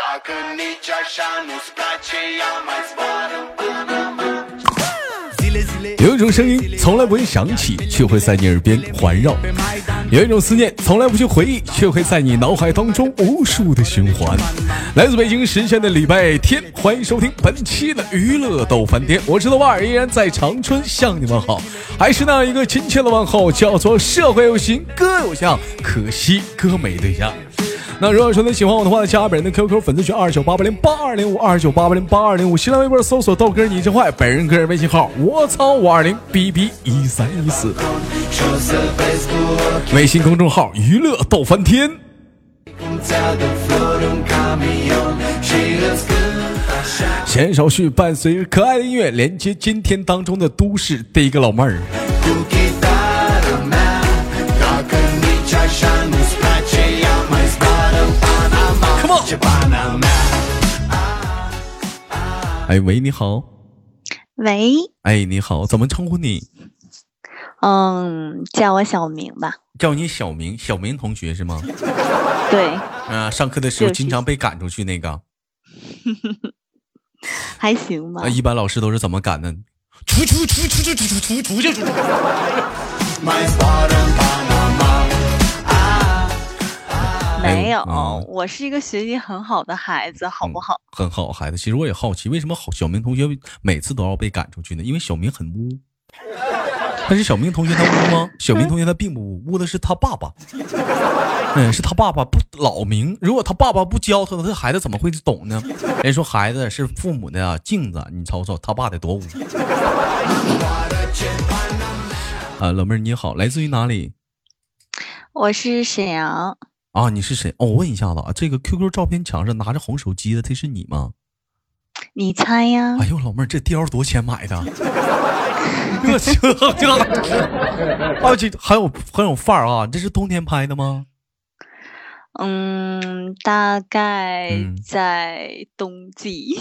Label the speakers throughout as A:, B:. A: Dacă nici așa nu-ți place Ea mai zboară până
B: Zile 有一种声音从来不会响起，却会在你耳边环绕；有一种思念从来不去回忆，却会在你脑海当中无数的循环。来自北京时间的礼拜天，欢迎收听本期的娱乐逗翻天，我是豆瓣儿，依然在长春向你们好，还是那一个亲切的问候，叫做社会有形，哥有相，可惜哥没对象。那如果说你喜欢我的话，加本人的 QQ 粉丝群二九八八零八二零五二九八八零八二零五，新浪微博搜索豆哥你真坏，本人个人微信号我操五二零 bb 一三一四，微信公众号娱乐逗翻天。
A: Ți-a de flori un camion Și îți cânt așa
B: 闲少叙，伴随着可爱的音乐，连接今天当中的都市第一个老妹儿。
A: Cu chitară mea Dacă nici așa nu-ți place Ea mai zboară în Panama
B: Come on!
A: Ce pana mea
B: 哎喂，你好，
C: 喂，
B: 哎你好，怎么称呼你？
C: 嗯，叫我小明吧。
B: 叫你小明，小明同学是吗？
C: 对，
B: 啊，上课的时候
C: 就是
B: 经常被赶出去那个。
C: 还行吧
B: 啊，。一般老师都是怎么赶的？出出出出出出出出出去出去！
A: Mai zboară în Panama
B: 哎
C: 没有
B: 啊，
C: 我是一个学习很好的孩子，好不好？
B: 嗯很好，孩子。其实我也好奇，为什么好小明同学每次都要被赶出去呢？因为小明很污。但是小明同学他污吗？小明同学他并不污，污的是他爸爸。嗯，是他爸爸不老明。如果他爸爸不教他，他孩子怎么会懂呢？人说孩子是父母的镜子，你瞅瞅他爸得多污。啊，老妹儿你好，来自于哪里？嗯
C: 我是沈阳，
B: 啊，你是谁？哦，我问一下子啊，这个 QQ 照片墙上拿着红手机的，这是你吗？
C: 你猜呀？
B: 哎呦，老妹儿，这貂多少钱买的？ 我去，啊，这很有很有范儿啊！这是冬天拍的吗？
C: 嗯，大概
B: 嗯
C: 在冬季。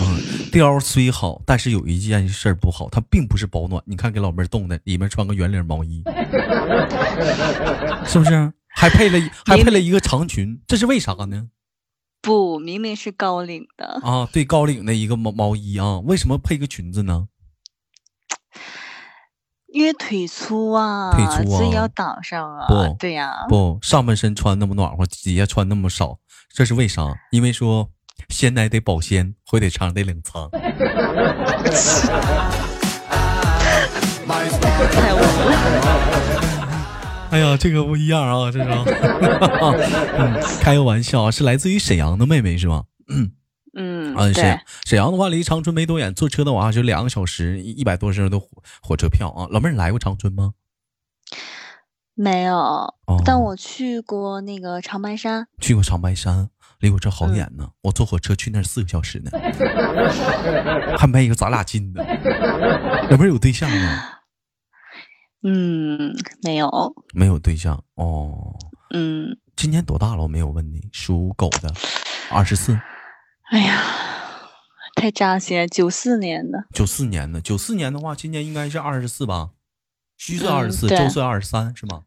B: 貂虽好，但是有一件事儿不好，它并不是保暖。你看，给老妹儿冻的，里面穿个圆领毛衣，是不是？还配了一还配了一个长裙，这是为啥呢？
C: 不，明明是高领的，
B: 啊，对，高领的一个毛毛衣啊，为什么配个裙子呢？
C: 因为腿粗啊，
B: 腿粗
C: 所以
B: 啊
C: 要挡上啊
B: 不。
C: 对呀、
B: 不，上半身穿那么暖和，底下穿那么少，这是为啥？因为说鲜奶得保鲜，火腿肠得冷藏。
A: Mai zboară
C: 太污了。
B: 哎呀，这个不一样啊，这 是啊。嗯，开个玩笑啊，是来自于沈阳的妹妹是吗？
C: 嗯，
B: 啊，沈阳
C: 对，
B: 沈阳的话离长春没多远，坐车的话就两个小时，一百多升的火火车票啊。老妹儿来过长春吗？
C: 没有，
B: 哦，
C: 但我去过那个长白山。
B: 去过长白山，离我这好远呢。
C: 嗯
B: 我坐火车去那儿四个小时呢，还没有咱俩近呢。老妹儿有对象吗？
C: 嗯，没有。
B: 没有对象哦。
C: 嗯，
B: 今年多大了？我没有问你，属狗的，二十四，
C: 哎呀，太扎心了！九四年的，
B: 九四年的。九四年的话，今年应该是二十四吧？虚岁
C: 嗯
B: 二十四，
C: 对
B: 周岁二十三，是吗？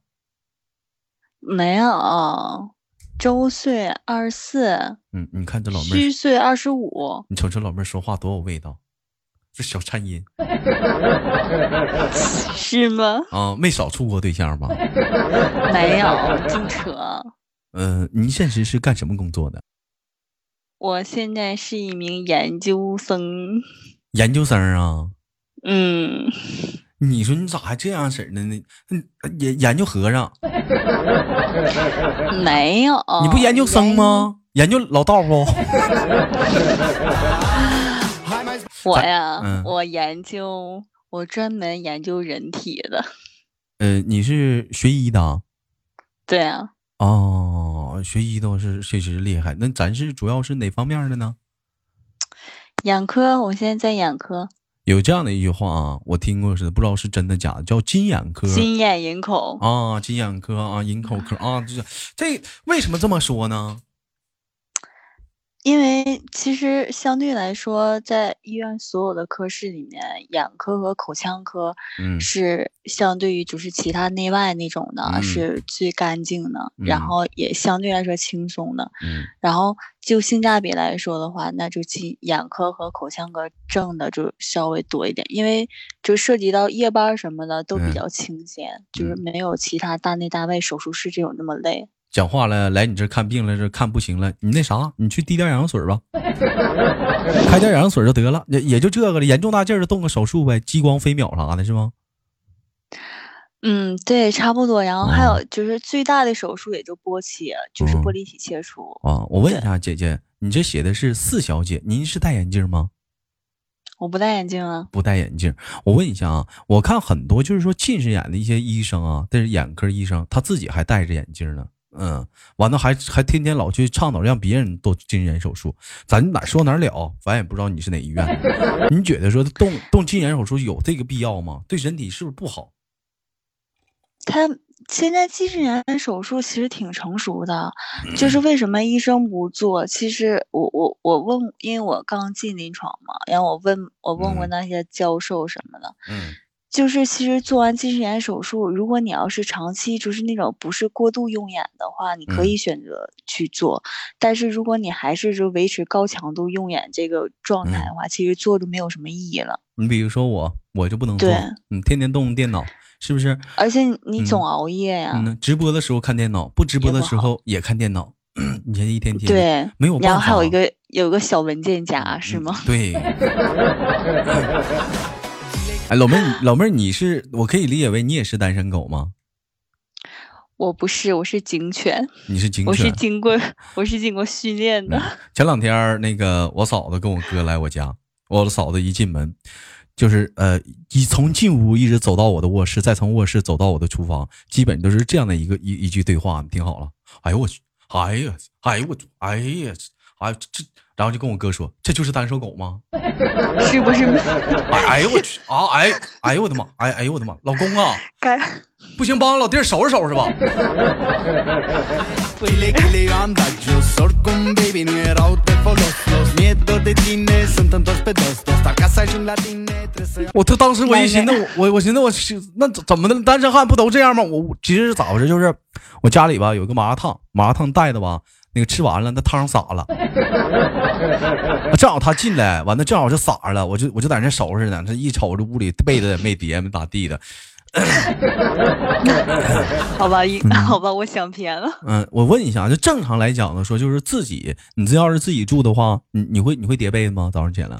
C: 没有，周岁二十四，
B: 嗯，你看这老妹
C: 虚
B: 儿，
C: 岁二十五，
B: 你瞅瞅老妹儿说话多有味道，这小颤音
C: 是吗？
B: 啊，没少处过对象吧？
C: 没有，净扯。
B: 嗯、您现实是干什么工作的？
C: 我现在是一名研究生，
B: 研究生啊？
C: 嗯，
B: 你说你咋还这样式儿的呢？嗯，研研究和尚，
C: 没有。
B: 你不研究生？吗？研究老道不？
A: Hai mai
C: 我呀，
B: 嗯
C: 我研究，我专门研究人体的。
B: 嗯、你是学医的啊？
C: 对啊，
B: 哦，学医倒是确实厉害。那咱是主要是哪方面儿的呢？
C: 眼科，我现在在眼科，
B: 有这样的一句话啊，我听过是不知道是真的假的，叫金眼科
C: 金眼银口。
B: 啊，金眼科啊，银口科啊，就是这为什么这么说呢？
C: 因为其实相对来说，在医院所有的科室里面，眼科和口腔科
B: 嗯
C: 是相对于就是其他内外那种的，
B: 嗯
C: 是最干净的，
B: 嗯
C: 然后也相对来说轻松的。
B: 嗯
C: 然后就性价比来说的话，那就其眼科和口腔科挣的就稍微多一点，因为就涉及到夜班儿什么的都
B: 嗯
C: 比较清闲，就是
B: 嗯
C: 没有其他大内大外手术室这种那么累。
B: 讲话了，来你这儿看病来这儿看不行了，你那啥，你去滴点眼药水吧，开点眼药水就得了，也也就这个了，严重大劲儿就动个手术呗，激光飞秒啥的，是吗？
C: 嗯，对，差不多。然后还
B: 哦
C: 有就是最大的手术也就波切，就是
B: 哦
C: 玻璃体切除。
B: 啊，我问一下姐姐，你这写的是四小姐，您是戴眼镜吗？
C: 我不戴眼镜啊，
B: 不戴眼镜。我问一下啊，我看很多就是说近视眼的一些医生啊，但是眼科医生他自己还戴着眼镜呢。嗯，完了还还天天老去倡导让别人做近视眼手术，咱哪说哪了，咱也不知道你是哪医院 的。你觉得说动动近视眼手术有这个必要吗？对身体是不是不好？
C: 他现在近视眼手术其实挺成熟的，
B: 嗯
C: 就是为什么医生不做？其实我我我问，因为我刚进临床嘛，然后我问我问过
B: 嗯
C: 那些教授什么的，
B: 嗯
C: 就是其实做完近视眼手术，如果你要是长期就是那种不是过度用眼的话，你可
B: 嗯
C: 以选择去做，但是如果你还是就维持高强度用眼这个状态
B: 嗯
C: 的话，其实做就没有什么意义了，
B: 你比如说我，我就不能做
C: 对，
B: 你天天动电脑，是不是？
C: 而且你你
B: 嗯
C: 总熬夜呀、
B: 嗯，直播的时候看电脑，不直播
C: 也
B: 的
C: 不
B: 时候也看电脑， 你这一天天的
C: 对，
B: 没有办法。啊
C: 然后还有一个有个小文件夹啊是吗？
B: 嗯 对。哎，老妹儿，老妹儿，你是我可以理解为你也是单身狗吗？
C: 我不是，我是警犬，
B: 你是警
C: 我是
B: 犬。
C: 经过我是经过训练的。
B: 前两天儿那个我嫂子跟我哥来我家，我嫂子一进门，就是呃，一从进屋一直走到我的卧室，再从卧室走到我的厨房，基本都是这样的一个一一句对话。你听好了，哎呦我去，哎呀，哎呦我去，哎呀，哎呀这，然后就跟我哥说，这就是单身狗吗？ 嗯
C: 是不是
B: 哎哎呦我去啊，哎哎呦我的妈，哎哎呦我的妈，老公啊！
C: 该
B: 不行，帮老弟儿收拾 收拾吧。
A: Chile, chile, anda, yo sor con baby, nu erau te folos Los miedos de tine sunt întors pe dos Dos, dar ca să ajung la tine trebuie să
B: 我他当时我一寻思
C: 奶，
B: 我我寻思我是那怎么的？单身汉不都这样吗？我我其实咋回事？就是我家里吧有个麻辣烫，麻辣烫带的吧，那个吃完了那汤洒了，正好他进来，完了正好就洒了，我就我就在那收拾呢。这一瞅这屋里被子也没叠，没咋地的。
C: 好吧，一好吧，我想偏了。
B: 嗯，我问一下，就正常来讲呢，说就是自己，你这要是自己住的话，你你会你会叠被子吗？早上起来？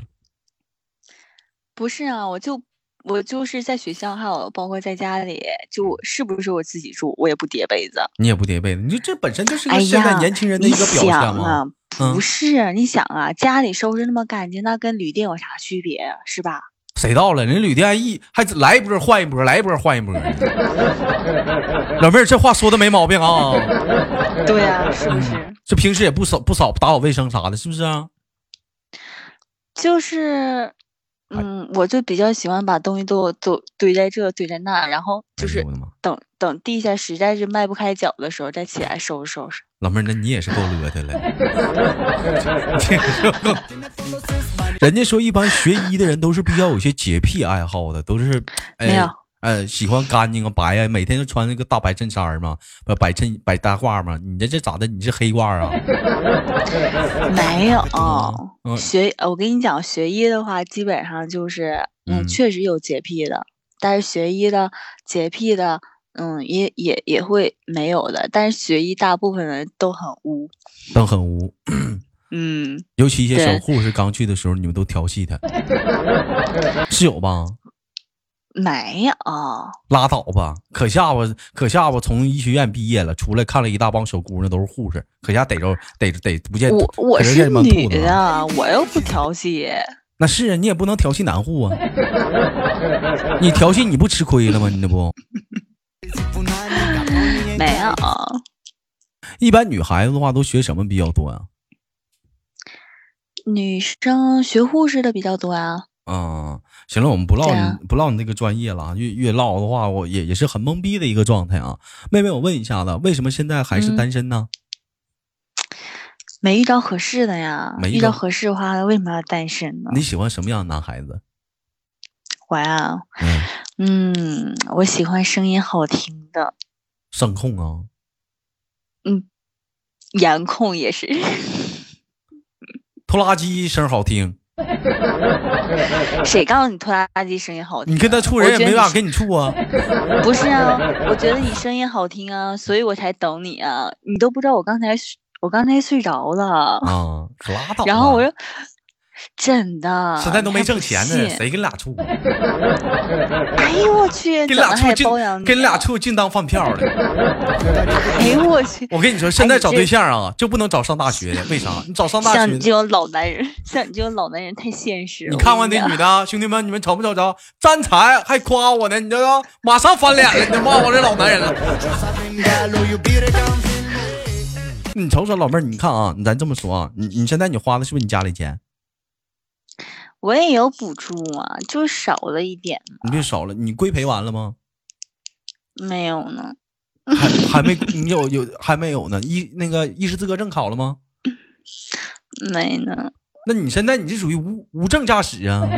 C: 不是啊，我就我就是在学校，还有包括在家里，就是不是我自己住，我也不叠被子。
B: 你也不叠被子，你就这本身就是
C: 哎
B: 个现在
C: 呀
B: 年轻人的
C: 你
B: 一个表
C: 想
B: 现嘛。
C: 啊，
B: 嗯
C: 不是啊、你想啊，家里收拾那么干净，那跟旅店有啥区别啊？是吧？
B: 谁到了？人旅店一还来一波换一波，来一波换一波。老妹儿，这话说的没毛病 啊！
C: 对呀、
B: 嗯
C: 是不是？
B: 这平时也不扫不扫打扫卫生啥的，是不是啊？
C: 就是，
B: 哎
C: 嗯，我就比较喜欢把东西都都堆在这堆在那，然后就
B: 哎
C: 是
B: 呦我的妈！
C: 等等地下实在是迈不开脚的时候再起来收拾收拾。
B: 老妹儿，那你也是够邋遢了。 人家说一般学医的人都是比较有些洁癖爱好的，都是哎
C: 没有
B: 呃喜欢干净啊白啊，每天就穿那个大白衬衫嘛，不白衬白大褂嘛。你这这咋的？你是黑褂啊？
C: 没有，
B: 嗯
C: 学呃我跟你讲，学医的话基本上就是，
B: 嗯
C: 嗯，确实有洁癖的，但是学医的洁癖的，嗯，也也也会没有的，但是学医大部分人都很污，
B: 都很污。
C: 嗯，
B: 尤其一些
C: 对
B: 小护士刚去的时候，你们都调戏 他，是有吧？
C: 没有，
B: 拉倒吧，可下巴可下巴从医学院毕业了，出来看了一大帮小姑娘都是护士，可下逮着逮着逮不见
C: 我我
B: 哎可
C: 是
B: 见这帮
C: 女
B: 兔子啊。
C: 的，我又不调戏。
B: 那是啊，你也不能调戏男护 啊，你调戏你不吃亏了吗？你这 不，
A: pun anii, ca unii e
C: 没有，
B: 一般女孩子的话都学什么比较多啊？
C: 女生学护士的比较多啊。
B: 嗯，行了，我们不唠
C: 对
B: 你、
C: 啊
B: 不唠你这个专业了啊，越越唠的话，我也也是很懵逼的一个状态啊。妹妹，我问一下子，为什么现在还是
C: 嗯
B: 单身呢？
C: 没遇到合适的呀，
B: 没遇
C: 遇到
B: 到
C: 合适的话，为什么要单身呢？
B: 你喜欢什么样的男孩子？
C: 我呀，
B: 嗯，
C: 嗯，我喜欢声音好听的，
B: 声控啊，
C: 颜控也是。
B: 拖拉机声好听，
C: 谁告诉你拖拉机声音好听啊？
B: 你跟他处人
C: 我
B: 也
C: 觉得
B: 没
C: 你
B: 法
C: 是
B: 跟你处啊。
C: 不是啊，我觉得你声音好听啊，所以我才等你啊。你都不知道我刚才睡我刚才睡着了，
B: 啊，可拉倒吧。
C: 然后我又真的，
B: 现在都没
C: 你还
B: 挣
C: 不
B: 钱呢，
C: 信
B: 谁跟你俩处啊？
C: 哎呦我去，
B: 跟你
C: 怎
B: 俩
C: 么
B: 处
C: 还
B: 净
C: 包养，啊
B: 跟你俩？处净当饭票 了。
C: 哎呦我 去，
B: 我跟你说，现在
C: 哎你
B: 找
C: 这
B: 对象啊，就不能找上大学的，为啥？你找上大
C: 像
B: 学
C: 你这，种老男人，像你这种老男人太现实了。
B: 你
C: 我
B: 看
C: 跟
B: 看那
C: 讲
B: 女的啊，兄弟们，你们瞅没瞅着？沾财还夸我呢，你知道吗？马上翻脸了，你就骂我这老男人 了。你瞅瞅老妹儿，你看啊，咱这么说啊，你你现在你花的是不是你家里钱？
C: 我也有补助嘛，就少了一点，
B: 你别少了，你规培完了吗？
C: 没有呢，
B: 还还没，你有有还没有呢？医那个医师资格证考了吗？
C: 没呢。
B: 那你现在你是属于无无证驾驶 啊？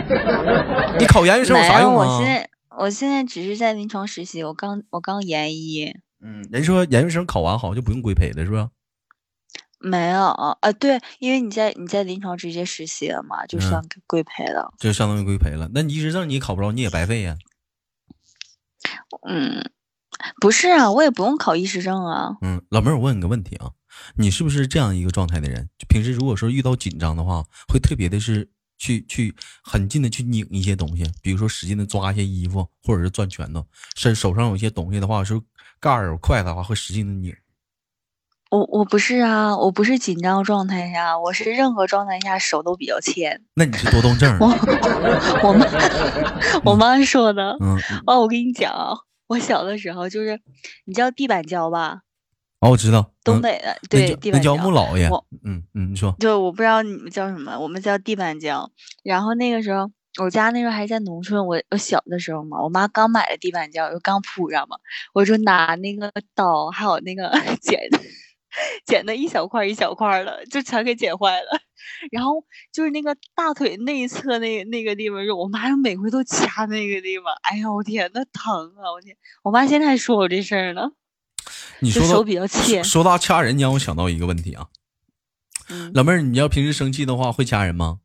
B: 你考研究生有
C: 没
B: 啥
C: 有，
B: 用
C: 我
B: 啊
C: 现？在我现在只是在临床实习，我刚我刚研一，
B: 嗯，人说研究生考完好像就不用规培了，是不是？
C: 没有啊，对，因为你在你在临床直接实习了嘛，就
B: 嗯
C: 算规规培了。
B: 就相当于规培了。那你医师证你考不着，你也白费呀、
C: 嗯，不是啊，我也不用考医师证啊。
B: 嗯，老妹儿，我问你个问题啊，你是不是这样一个状态的人？就平时如果说遇到紧张的话，会特别的是去去很近的去拧一些东西，比如说使劲的抓一些衣服，或者是攥拳头，手手上有一些东西的话，是盖儿有筷子的话，会使劲的拧。
C: 我我不是啊，我不是紧张状态下，我是任何状态下手都比较欠。
B: 那你是多动症儿？
C: 我 我妈我妈说的。
B: 嗯，
C: 哦，我跟你讲啊，我小的时候就是，你知道地板胶吧？
B: 哦，我知道，
C: 东
B: 嗯
C: 北的，
B: 那
C: 对，
B: 叫
C: 地
B: 那
C: 板胶
B: 叫。木老爷
C: 我。
B: 嗯嗯，你说
C: 对，我不知道你们叫什么，我们叫地板胶。然后那个时候，我家那时候还在农村，我我小的时候嘛，我妈刚买的地板胶，又刚铺上嘛，我就拿那个刀还有那个 剪，剪的一小块儿一小块儿的，就全给剪坏了。然后就是那个大腿内侧那那个地方肉，我妈每回都掐那个地方，哎呀，我天，那疼啊！我天，我妈现在还说我这事儿呢，
B: 你
C: 就
B: 说
C: 手
B: 到
C: 比较欠。
B: 说到掐人，你让我想到一个问题啊，
C: 嗯，
B: 老妹儿，你要平时生气的话会掐人吗？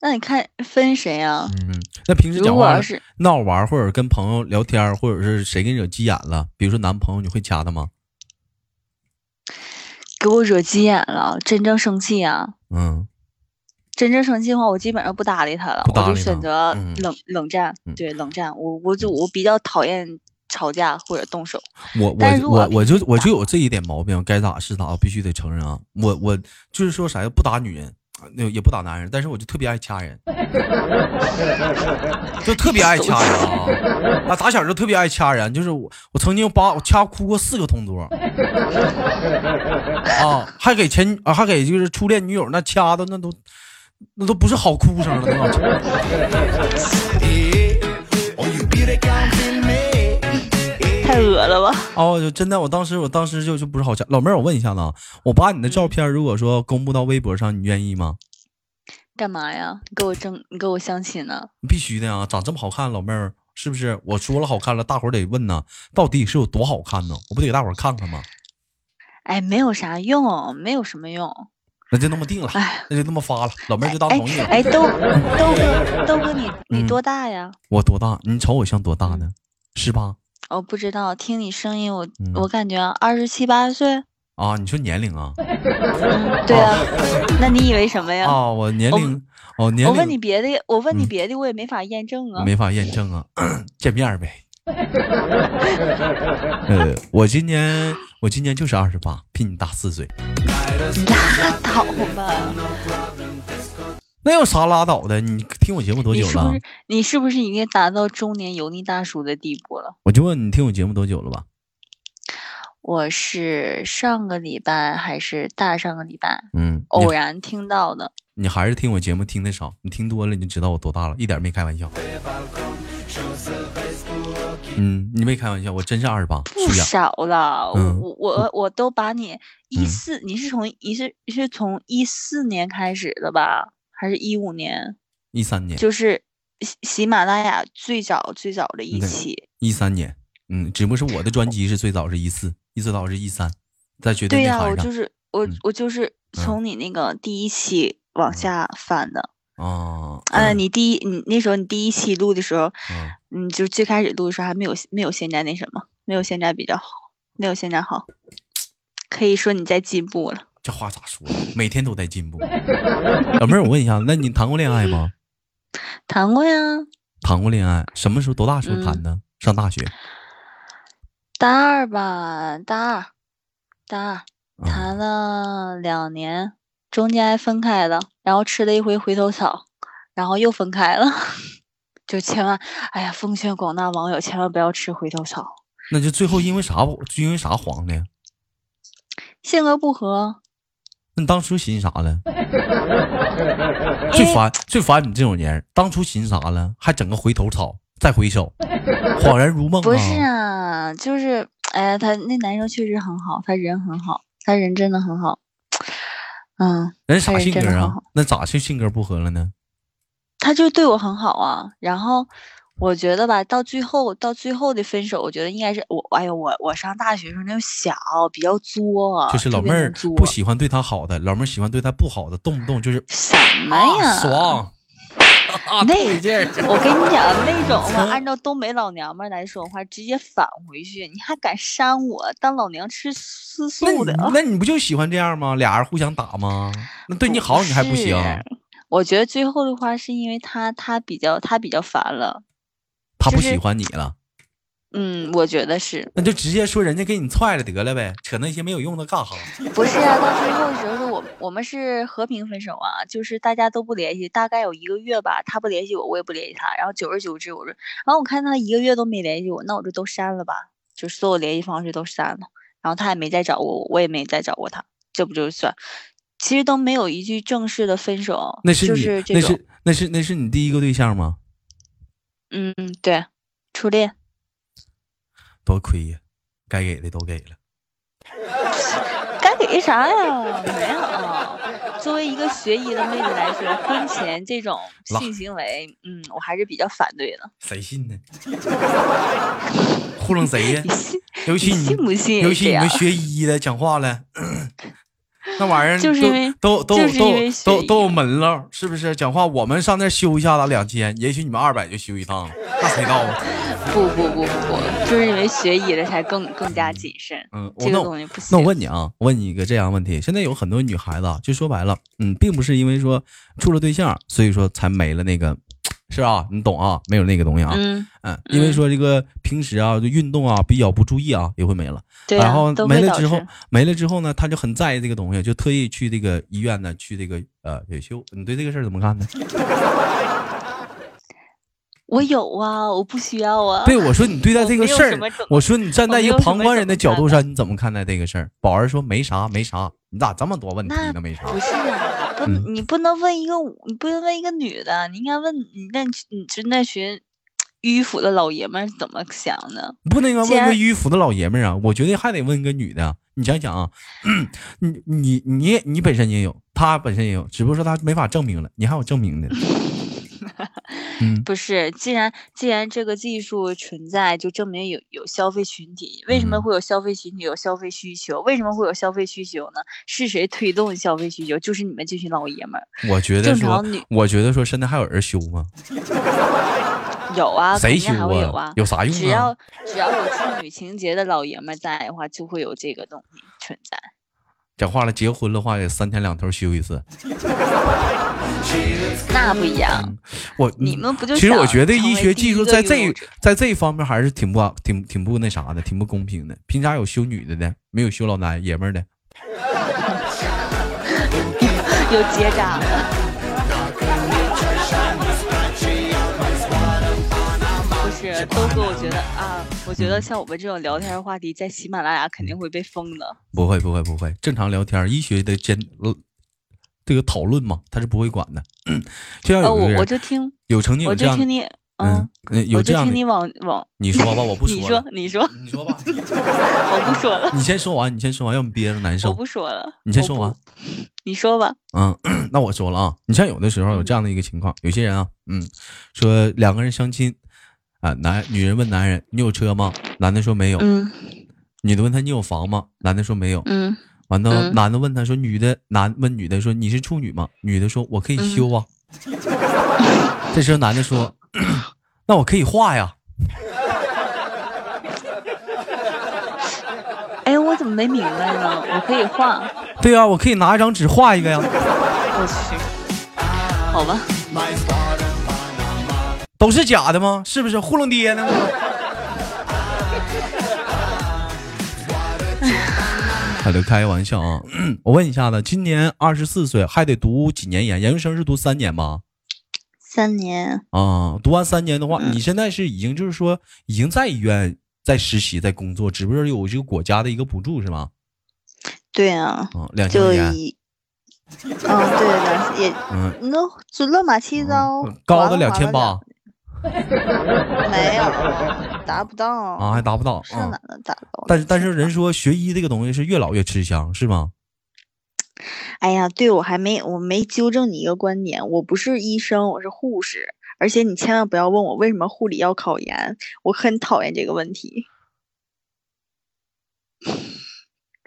C: 那你看分谁啊？
B: 嗯，那平时
C: 如
B: 讲
C: 果
B: 话
C: 要
B: 呢
C: 是
B: 闹玩儿，或者跟朋友聊天儿，或者是谁给你惹急眼了，比如说男朋友，你会掐他吗？
C: 给我惹急眼了，真正生气啊！
B: 嗯，
C: 真正生气的话，我基本上不搭理他了
B: 不，
C: 我
B: 搭
C: 就
B: 理
C: 选
B: 他
C: 择
B: 嗯
C: 冷、冷战
B: 嗯。
C: 对，冷战，我我就我比较讨厌吵架或者动手。
B: 我
C: 但
B: 我
C: 是如果
B: 我
C: 要
B: 我就
C: 平时
B: 我就有这一点毛病，该咋是咋，我必须得承认啊。我我就是说啥呀，不打女人，那也不打男人，但是我就特别爱掐人，就特别爱掐人啊。啊，打小就特别爱掐人，就是我我曾经把我掐哭过四个同桌，啊，还给前啊还给就是初恋女友那掐的那都那都不是好哭声了，那玩意儿
C: 太恶了吧？
B: 哦，就真的，我当时我当时就就不是好掐。老妹儿，我问一下子啊，我把你的照
C: 嗯
B: 片如果说公布到微博上，你愿意吗？
C: 干嘛呀？你给我争，你给我相亲呢？
B: 必须的呀、长这么好看，老妹儿是不是？我说了好看了，大伙儿得问呐，到底是有多好看呢？我不得给大伙儿看看吗？
C: 哎，没有啥用，没有什么用。
B: 那就那么定了，
C: 哎
B: 那就那么发了，老妹儿就当
C: 哎
B: 同意了。
C: 哎，豆豆哥，豆哥你，你
B: 嗯
C: 多大呀？
B: 我多大？你瞅我像多大呢？十八
C: 我哦不知道，听你声音，我、
B: 嗯
C: 我感觉二十七八岁。
B: 啊？你说年龄啊？
C: 嗯，对啊，那你以为什么呀？
B: 啊，我年龄哦，年
C: 我
B: 龄
C: 问你别的，我问你
B: 嗯
C: 别的，我也没法验证啊。
B: 没法验证啊， 见面儿呗。呃，我今年我今年就是二十八，比你大四岁。
C: 拉倒吧！
B: 那有啥拉倒的？你听我节 目多
C: 你
B: 久
C: 是不
B: 了
C: 是？你是不是已经达到中年油腻大叔的地步了？
B: 我就问你听我节目多久了吧？
C: 我是上个礼拜还是大上个礼拜
B: 嗯，你
C: 偶然听到的。
B: 你还是听我节目听的少，你听多了你就知道我多大了，一点没开玩笑。嗯，你没开玩笑，我真是二十八，
C: 不
B: 属羊
C: 少了，
B: 嗯
C: 我我我都把你一
B: 嗯
C: 四、你是从你是你是从一四年开始的吧，还是一五年？
B: 一三年，
C: 就是喜喜马拉雅最早最早的一
B: 对
C: 期，
B: 一三年，嗯，只不过是我的专辑是最早是一四，一最早是一三，在绝
C: 对
B: 内
C: 呀、
B: 涵
C: 我
B: 上
C: 就是我、
B: 嗯
C: 我就是
B: 嗯
C: 从你那个第一期往下翻的。
B: 啊，
C: 嗯，
B: 嗯
C: 你第一你那时候你第一期录的时候，
B: 嗯
C: 嗯，就是最开始录的时候还没有没有现在那什么，没有现在比较好，没有现在好，可以说你在进步了。
B: 这话咋说？每天都在进步。老妹儿，我问一下，那你谈过恋爱吗？
C: 谈过呀，
B: 谈过恋爱，什么时候多大时候谈的？
C: 嗯
B: 上大学。
C: 大二吧，大二，大二
B: 啊
C: 谈了两年，中间还分开了，然后吃了一回回头草，然后又分开了。 就千万，哎呀，奉劝广大网友千万不要吃回头草，
B: 那就最后因为啥？因为啥黄的呀？
C: 性格不合，
B: 那你当初寻啥了？最烦最烦你这种人，当初寻啥了？还整个回头草，再回首，恍然如梦啊！
C: 不是啊，就是，哎呀，他那男生确实很好，他人很好，他人真的很好，嗯，
B: 人啥性格
C: 真的
B: 啊
C: 很好？
B: 那咋就性格不合了呢？
C: 他就对我很好啊。然后我觉得吧，到最后到最后的分手，我觉得应该是我，哎呦，我我上大学时候那种小，比较作，
B: 就是老
C: 啊特别
B: 妹儿
C: 能作
B: 不喜欢对他好的，老妹儿喜欢对他不好的，动不动就是
C: 什么呀？
B: 啊爽， 啊
C: 那
B: 透劲儿
C: 我跟你讲，那种
B: 操
C: 嘛，按照东北老娘们儿来说的话，直接返回去，你还敢扇我，当老娘吃吃
B: 那你
C: 素的？
B: 那你不就喜欢这样吗？俩人互相打吗？那对你好你还不行？
C: 是我觉得最后的话是因为他他比较他比较烦了，
B: 他不
C: 就是
B: 喜欢你了，
C: 嗯，我觉得是
B: 那就直接说人家给你踹了得了呗，扯那些没有用的干哈？
C: 不是啊？到最后的时候是我们我们是和平分手啊，就是大家都不联系，大概有一个月吧，他不联系我，我也不联系他，然后久而久之，我说，然后我看他一个月都没联系我，那我就都删了吧，就所有联系方式都删了，然后他也没再找我，我也没再找过他，这不就算，其实都没有一句正式的分手，
B: 那是你、
C: 就是这
B: 那
C: 种，
B: 是那是那是你第一个对象吗？
C: 嗯，对，初恋。
B: 多亏呀，该给的都给了。
C: 该给啥呀？没有。作为一个学医的妹子来说，婚前这种
B: 拉
C: 性行为，嗯，我还是比较反对的。
B: 谁信呢？ 糊弄谁呀
C: 你？信
B: 尤其
C: 你信不信
B: 尤其
C: 这
B: 你
C: 样
B: 们学医的讲话了， 那玩意儿
C: 就是因为
B: 都都
C: 就
B: 都
C: 是因为
B: 都
C: 学
B: 都
C: 医
B: 都有门路，是不是？讲话我们上那儿修一下子两千，也许你们二百就修一趟了，那谁道啊？
C: 不不不不不，就是因为学医了才更更加谨慎。
B: 嗯，我
C: 这
B: 那
C: 个
B: 我
C: 东西不行。
B: 那我问你啊，我问你一个这样的问题：现在有很多女孩子，啊，就说白了，嗯，并不是因为说处了对象，所以说才没了那个，是啊，你懂啊，没有那个东西啊，
C: 嗯，
B: 嗯，因为说这个平时啊，就运动啊比较不注意啊，也会没了。
C: 对、啊，
B: 然后
C: 都
B: 没
C: 会
B: 了
C: 导
B: 之后
C: 致，
B: 没了之后呢，他就很在意这个东西，就特意去这个医院呢，去这个呃维修。你对这个事儿怎么 看呢？
C: 我有啊，我不需要啊。
B: 对，我说你对待这个事
C: 我没有什
B: 儿
C: 么怎么，
B: 我说你站在一个
C: 我没有什么
B: 旁观人的角度
C: 怎么
B: 上，你怎么看待这个事儿？宝儿说没啥，没啥。你咋这么多问题
C: 那
B: 呢？没啥。
C: 不是啊，不，
B: 嗯
C: 你不能问一个，你不能问一个女的，你应该问你那，你就那群迂腐的老爷们儿怎么想的。
B: 不能
C: 既
B: 问个
C: 然
B: 迂腐的老爷们儿 啊，我觉得还得问个女的啊。你想想啊， 你你你也你本身也有，他本身也有，只不过说他没法证明了，你还有证明的。嗯，
C: 不是，既然既然这个技术存在，就证明有有消费群体。为什么
B: 嗯
C: 会有消费群体？有消费需求？为什么会有消费需求呢？是谁推动消费需求？就是你们这群老爷们儿。
B: 我觉得
C: 正
B: 说
C: 常女，
B: 我觉得说，现在还有人修吗？
C: 有啊，
B: 谁
C: 肯
B: 修
C: 定还会有啊。
B: 有啥用
C: 只
B: 啊
C: 要？只要有处女情节的老爷们儿在的话，就会有这个东西存在。
B: 讲话了，结婚的话也三天两头修一次。
C: 那不一样，
B: 我
C: 你们不就
B: 嗯其实我
C: 想
B: 觉得
C: 成
B: 医
C: 为
B: 学
C: 第
B: 技
C: 一
B: 术
C: 个
B: 在
C: 拥
B: 这
C: 有者
B: 在这一方面还是挺不挺挺不那啥的，挺不公平的。凭啥有修女的呢？没有修老男爷们儿的？
C: 有结扎了。不是，豆哥，我觉得啊，我觉得像我们这种聊天儿话题，在喜马拉雅肯定会被封的。
B: 不会不会不会，正常聊天儿，医学的真呃这个讨论嘛，他是不会管的。就像
C: 呃，
B: 有一
C: 我
B: 个人、
C: 哦我就听，
B: 有曾经
C: 我
B: 有这
C: 就
B: 样
C: 听你，
B: 嗯
C: 嗯，，
B: 呃有
C: 我
B: 这
C: 就
B: 样
C: 听
B: 的
C: 你，往往
B: 你说吧，我不
C: 你
B: 了
C: 说，你说，
B: 你说吧，
C: 我不说了，
B: 你先说完，你先说完，要不憋着难
C: 我
B: 受。
C: 不说了，
B: 你先
C: 我
B: 说
C: 不
B: 完，
C: 你说吧，
B: 嗯， 那我说了啊，你像有的时候有这样的一个情况，有些人啊，嗯，说两个人相亲，啊，男女人问男人你有车吗？男的说没有，
C: 嗯
B: 女的问他你有房吗？男的说没有，
C: 嗯
B: 完了、
C: 嗯
B: 男的问他说女的男问女的说你是处女吗？女的说我可以修啊，
C: 嗯
B: 这时候男的说 那我可以画呀，
C: 哎，我怎么没明白呢？我可以画，
B: 对啊呀、我可以拿一张纸画一个呀，
C: 我去，好吧，
B: 都是假的吗？是不是糊弄爹呢？还得哎开玩笑啊！ 我问一下子，今年二十四岁，还得读几年研？研究生是读三年吧？
C: 三年，
B: 啊，读完三年的话，
C: 嗯
B: 你现在是已经就是说已经在医院在实习在工作，只不过有这个国家的一个补助是吗？
C: 对啊，
B: 啊，两千
C: 就
B: 年，
C: 以，嗯，对的，也，
B: 嗯，
C: 那就乱码七糟，
B: 高
C: 划
B: 的
C: 拉
B: 两
C: 划
B: 千
C: 拉
B: 八
C: 两，没有，达不到
B: 啊，还达不到
C: 上
B: 啊
C: 哪。能达不到？
B: 但是但是人说学医这个东西是越老越吃香是吗？
C: 哎呀，对我还没我没纠正你一个观点，我不是医生，我是护士。而且你千万不要问我为什么护理要考研，我很讨厌这个问题。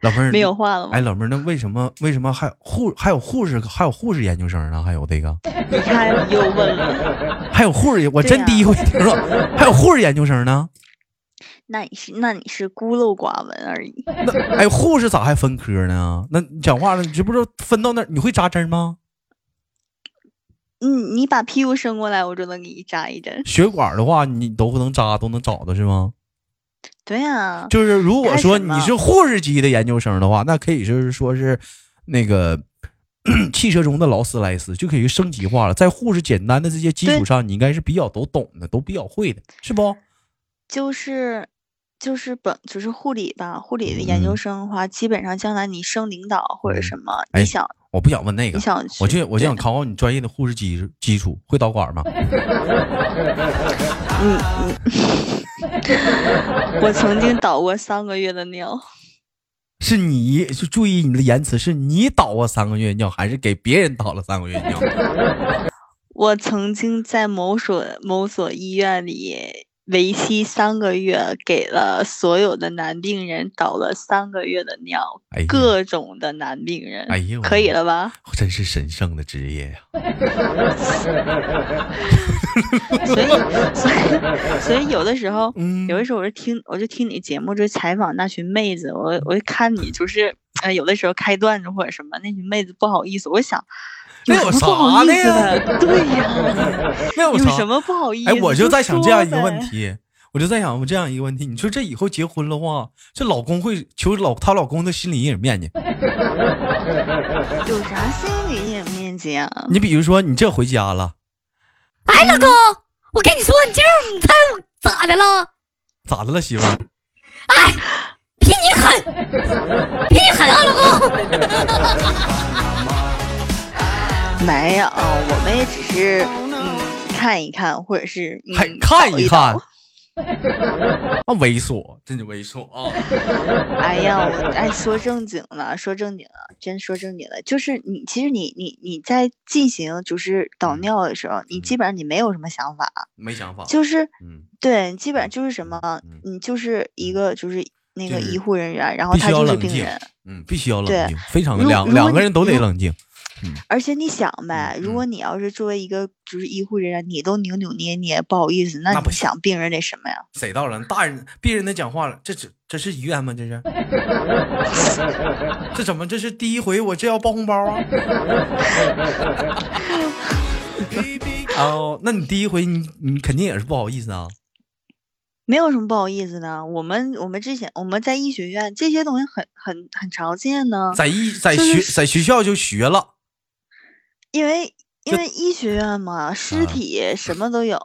B: 老妹儿
C: 没有话了吗？
B: 哎，老妹儿，那为什么为什么还护还有护士还有护士研究生呢？还有这个
C: 你看你又问了，
B: 还有护士，我
C: 对
B: 真
C: 呀
B: 第一回听说还有护士研究生呢。
C: 那你是那你是孤陋寡闻而已。
B: 那哎，护士咋还分科呢？那你讲话了，你这不是分到那儿你会扎针吗？
C: 嗯，你把屁股伸过来，我就能给你扎一针。
B: 血管的话，你都能扎，都能找到是吗？
C: 对啊，
B: 就是如果
C: 干
B: 说
C: 什么
B: 你是护士级的研究生的话，那可以就是说是那个 汽车中的劳斯莱斯，就可以升级化了。在护士简单的这些基础
C: 对
B: 上，你应该是比较都懂的，都比较会的，是不？
C: 就是就是本就是护理吧，护理的研
B: 嗯
C: 究生的话，基本上将来你升领导或者
B: 嗯
C: 什么，
B: 哎
C: 你想
B: 我不想问那个
C: 你，想
B: 我
C: 去
B: 就我就想
C: 对
B: 考考你专业的护士基基础，会导管吗？
C: 嗯嗯，我曾经倒过三个月的尿，
B: 是你就注意你的言辞，是你倒了三个月尿，还是给别人倒了三个月尿？
C: 我曾经在某所某所医院里为期三个月，给了所有的男病人倒了三个月的尿，
B: 哎呀，
C: 各种的男病人，
B: 哎呦
C: 可以了吧？
B: 真是神圣的职业呀、
C: 所以所以所以有的时候。
B: 嗯
C: 有的时候我就听，我就听你节目，就采访那群妹子，我我就看你就是，呃，有的时候开段子或者什么，那群妹子不好意思，我想，
B: 那有
C: 什么不好
B: 啥的
C: 意思
B: 呀
C: 的？ 对呀、
B: 那
C: 有
B: 有啥
C: 什么不好意思？
B: 哎，我就在想这样一个
C: 说
B: 问
C: 呗。
B: 题，我就在想这样一个问题。你说这以后结婚的话，这老公会求老她老公的心理阴影面积。
C: 嗯有啥心理阴影面积啊？
B: 你比如说，你这回家了，
D: 哎，老公，我跟你说，你今儿你猜我咋的了？
B: 咋的了，媳妇儿？
C: 嗯
D: 比你狠，比你狠啊，老公！
C: 没有，我们也只是嗯看一看，或者是嗯
B: 还看
C: 倒
B: 一
C: 一
B: 看
C: 倒。，
B: 啊，猥琐，真是猥琐啊！
C: 哎呀，我哎说正经了，说正经了，真说正经了，就是你其实你你你在进行就是导
B: 嗯
C: 尿的时候，你基本上你没有什么想法，
B: 没想法，
C: 就是
B: 嗯，
C: 对，基本上就是什么
B: 嗯，
C: 你就是一
B: 嗯
C: 一个就是那
B: 就
C: 个
B: 是
C: 医护人员，然后
B: 必须
C: 他
B: 要
C: 就是
B: 冷
C: 病
B: 静
C: 人。，
B: 嗯，必须要冷
C: 对
B: 静，非常
C: 如
B: 两
C: 如果
B: 两
C: 你
B: 个人都得
C: 如
B: 冷静。
C: 而且你想呗，
B: 嗯
C: 如
B: 嗯
C: 果你要是作为一个就是医护人员，你都扭扭捏捏，不好意思，那
B: 那不
C: 你
B: 行
C: 想病人得什么呀？
B: 谁到了？大人别人的讲话了，这这这是医院吗？这是？ 这怎么？这是第一回我这要包红包啊！ 哦，那你第一回你你肯定也是不好意思啊。
C: 没有什么不好意思的，我们我们之前我们在医学院这些东西很很很常见呢，
B: 在医在
C: 就
B: 学
C: 是
B: 在学啊校就学了，
C: 因为因
B: 就
C: 为医学院嘛，
B: 啊
C: 尸体什么都有，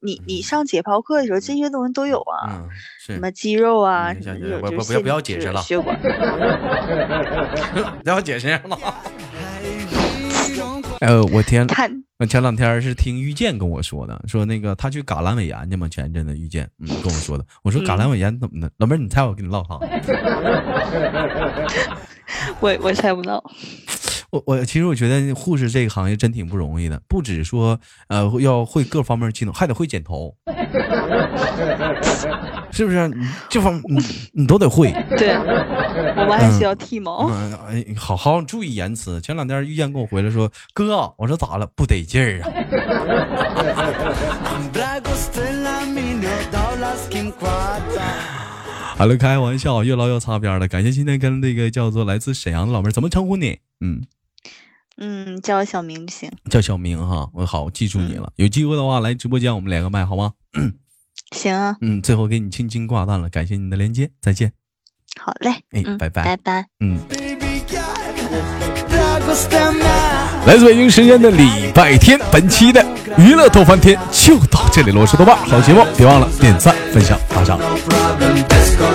C: 你你上解剖课的时候这些东西都有啊，
B: 嗯，是
C: 什。么肌肉啊，
B: 嗯
C: 什
B: 行行
C: 么有
B: 不
C: 就
B: 不
C: 是
B: 不要不要
C: 限
B: 解
C: 制
B: 释了
C: 血管。
B: 不要解释了。呃，我天，
C: 他
B: 那前两天是听遇见跟我说的，说那个他去嘎阑尾炎去嘛，前阵子遇见，嗯，跟我说的。我说嘎阑尾炎怎么的？老妹儿，你猜我跟你唠啥？
C: 我我猜不到，
B: 我我其实我觉得护士这个行业真挺不容易的，不只说呃要会各方面技能，还得会剪头， 是不是？你这方你你都得会。
C: 对我们还需要剃毛。
B: 嗯，哎，好好注意言辞。前两天遇见跟我回来说，哥啊，我说咋了？不得劲儿啊。好了，开玩笑，越唠越擦边了。感谢今天跟那个叫做来自沈阳的老妹儿，怎么称呼你？嗯，
C: 嗯，叫我小明就行。
B: 叫小明哈，我好记住你了。有机会的话来直播间我们连个麦好吗？
C: 行啊，
B: 嗯，最后给你轻轻挂断了，感谢你的连接，再见。
C: 好嘞，
B: 哎
C: 嗯，
B: 拜拜
C: 拜拜。
B: 嗯。
A: Dragostema
B: 来自北京时间的礼拜天，本期的娱乐逗翻天就到这里了。我是豆瓣，好节目别忘了点赞、分享、打赏。
A: No problem, let's go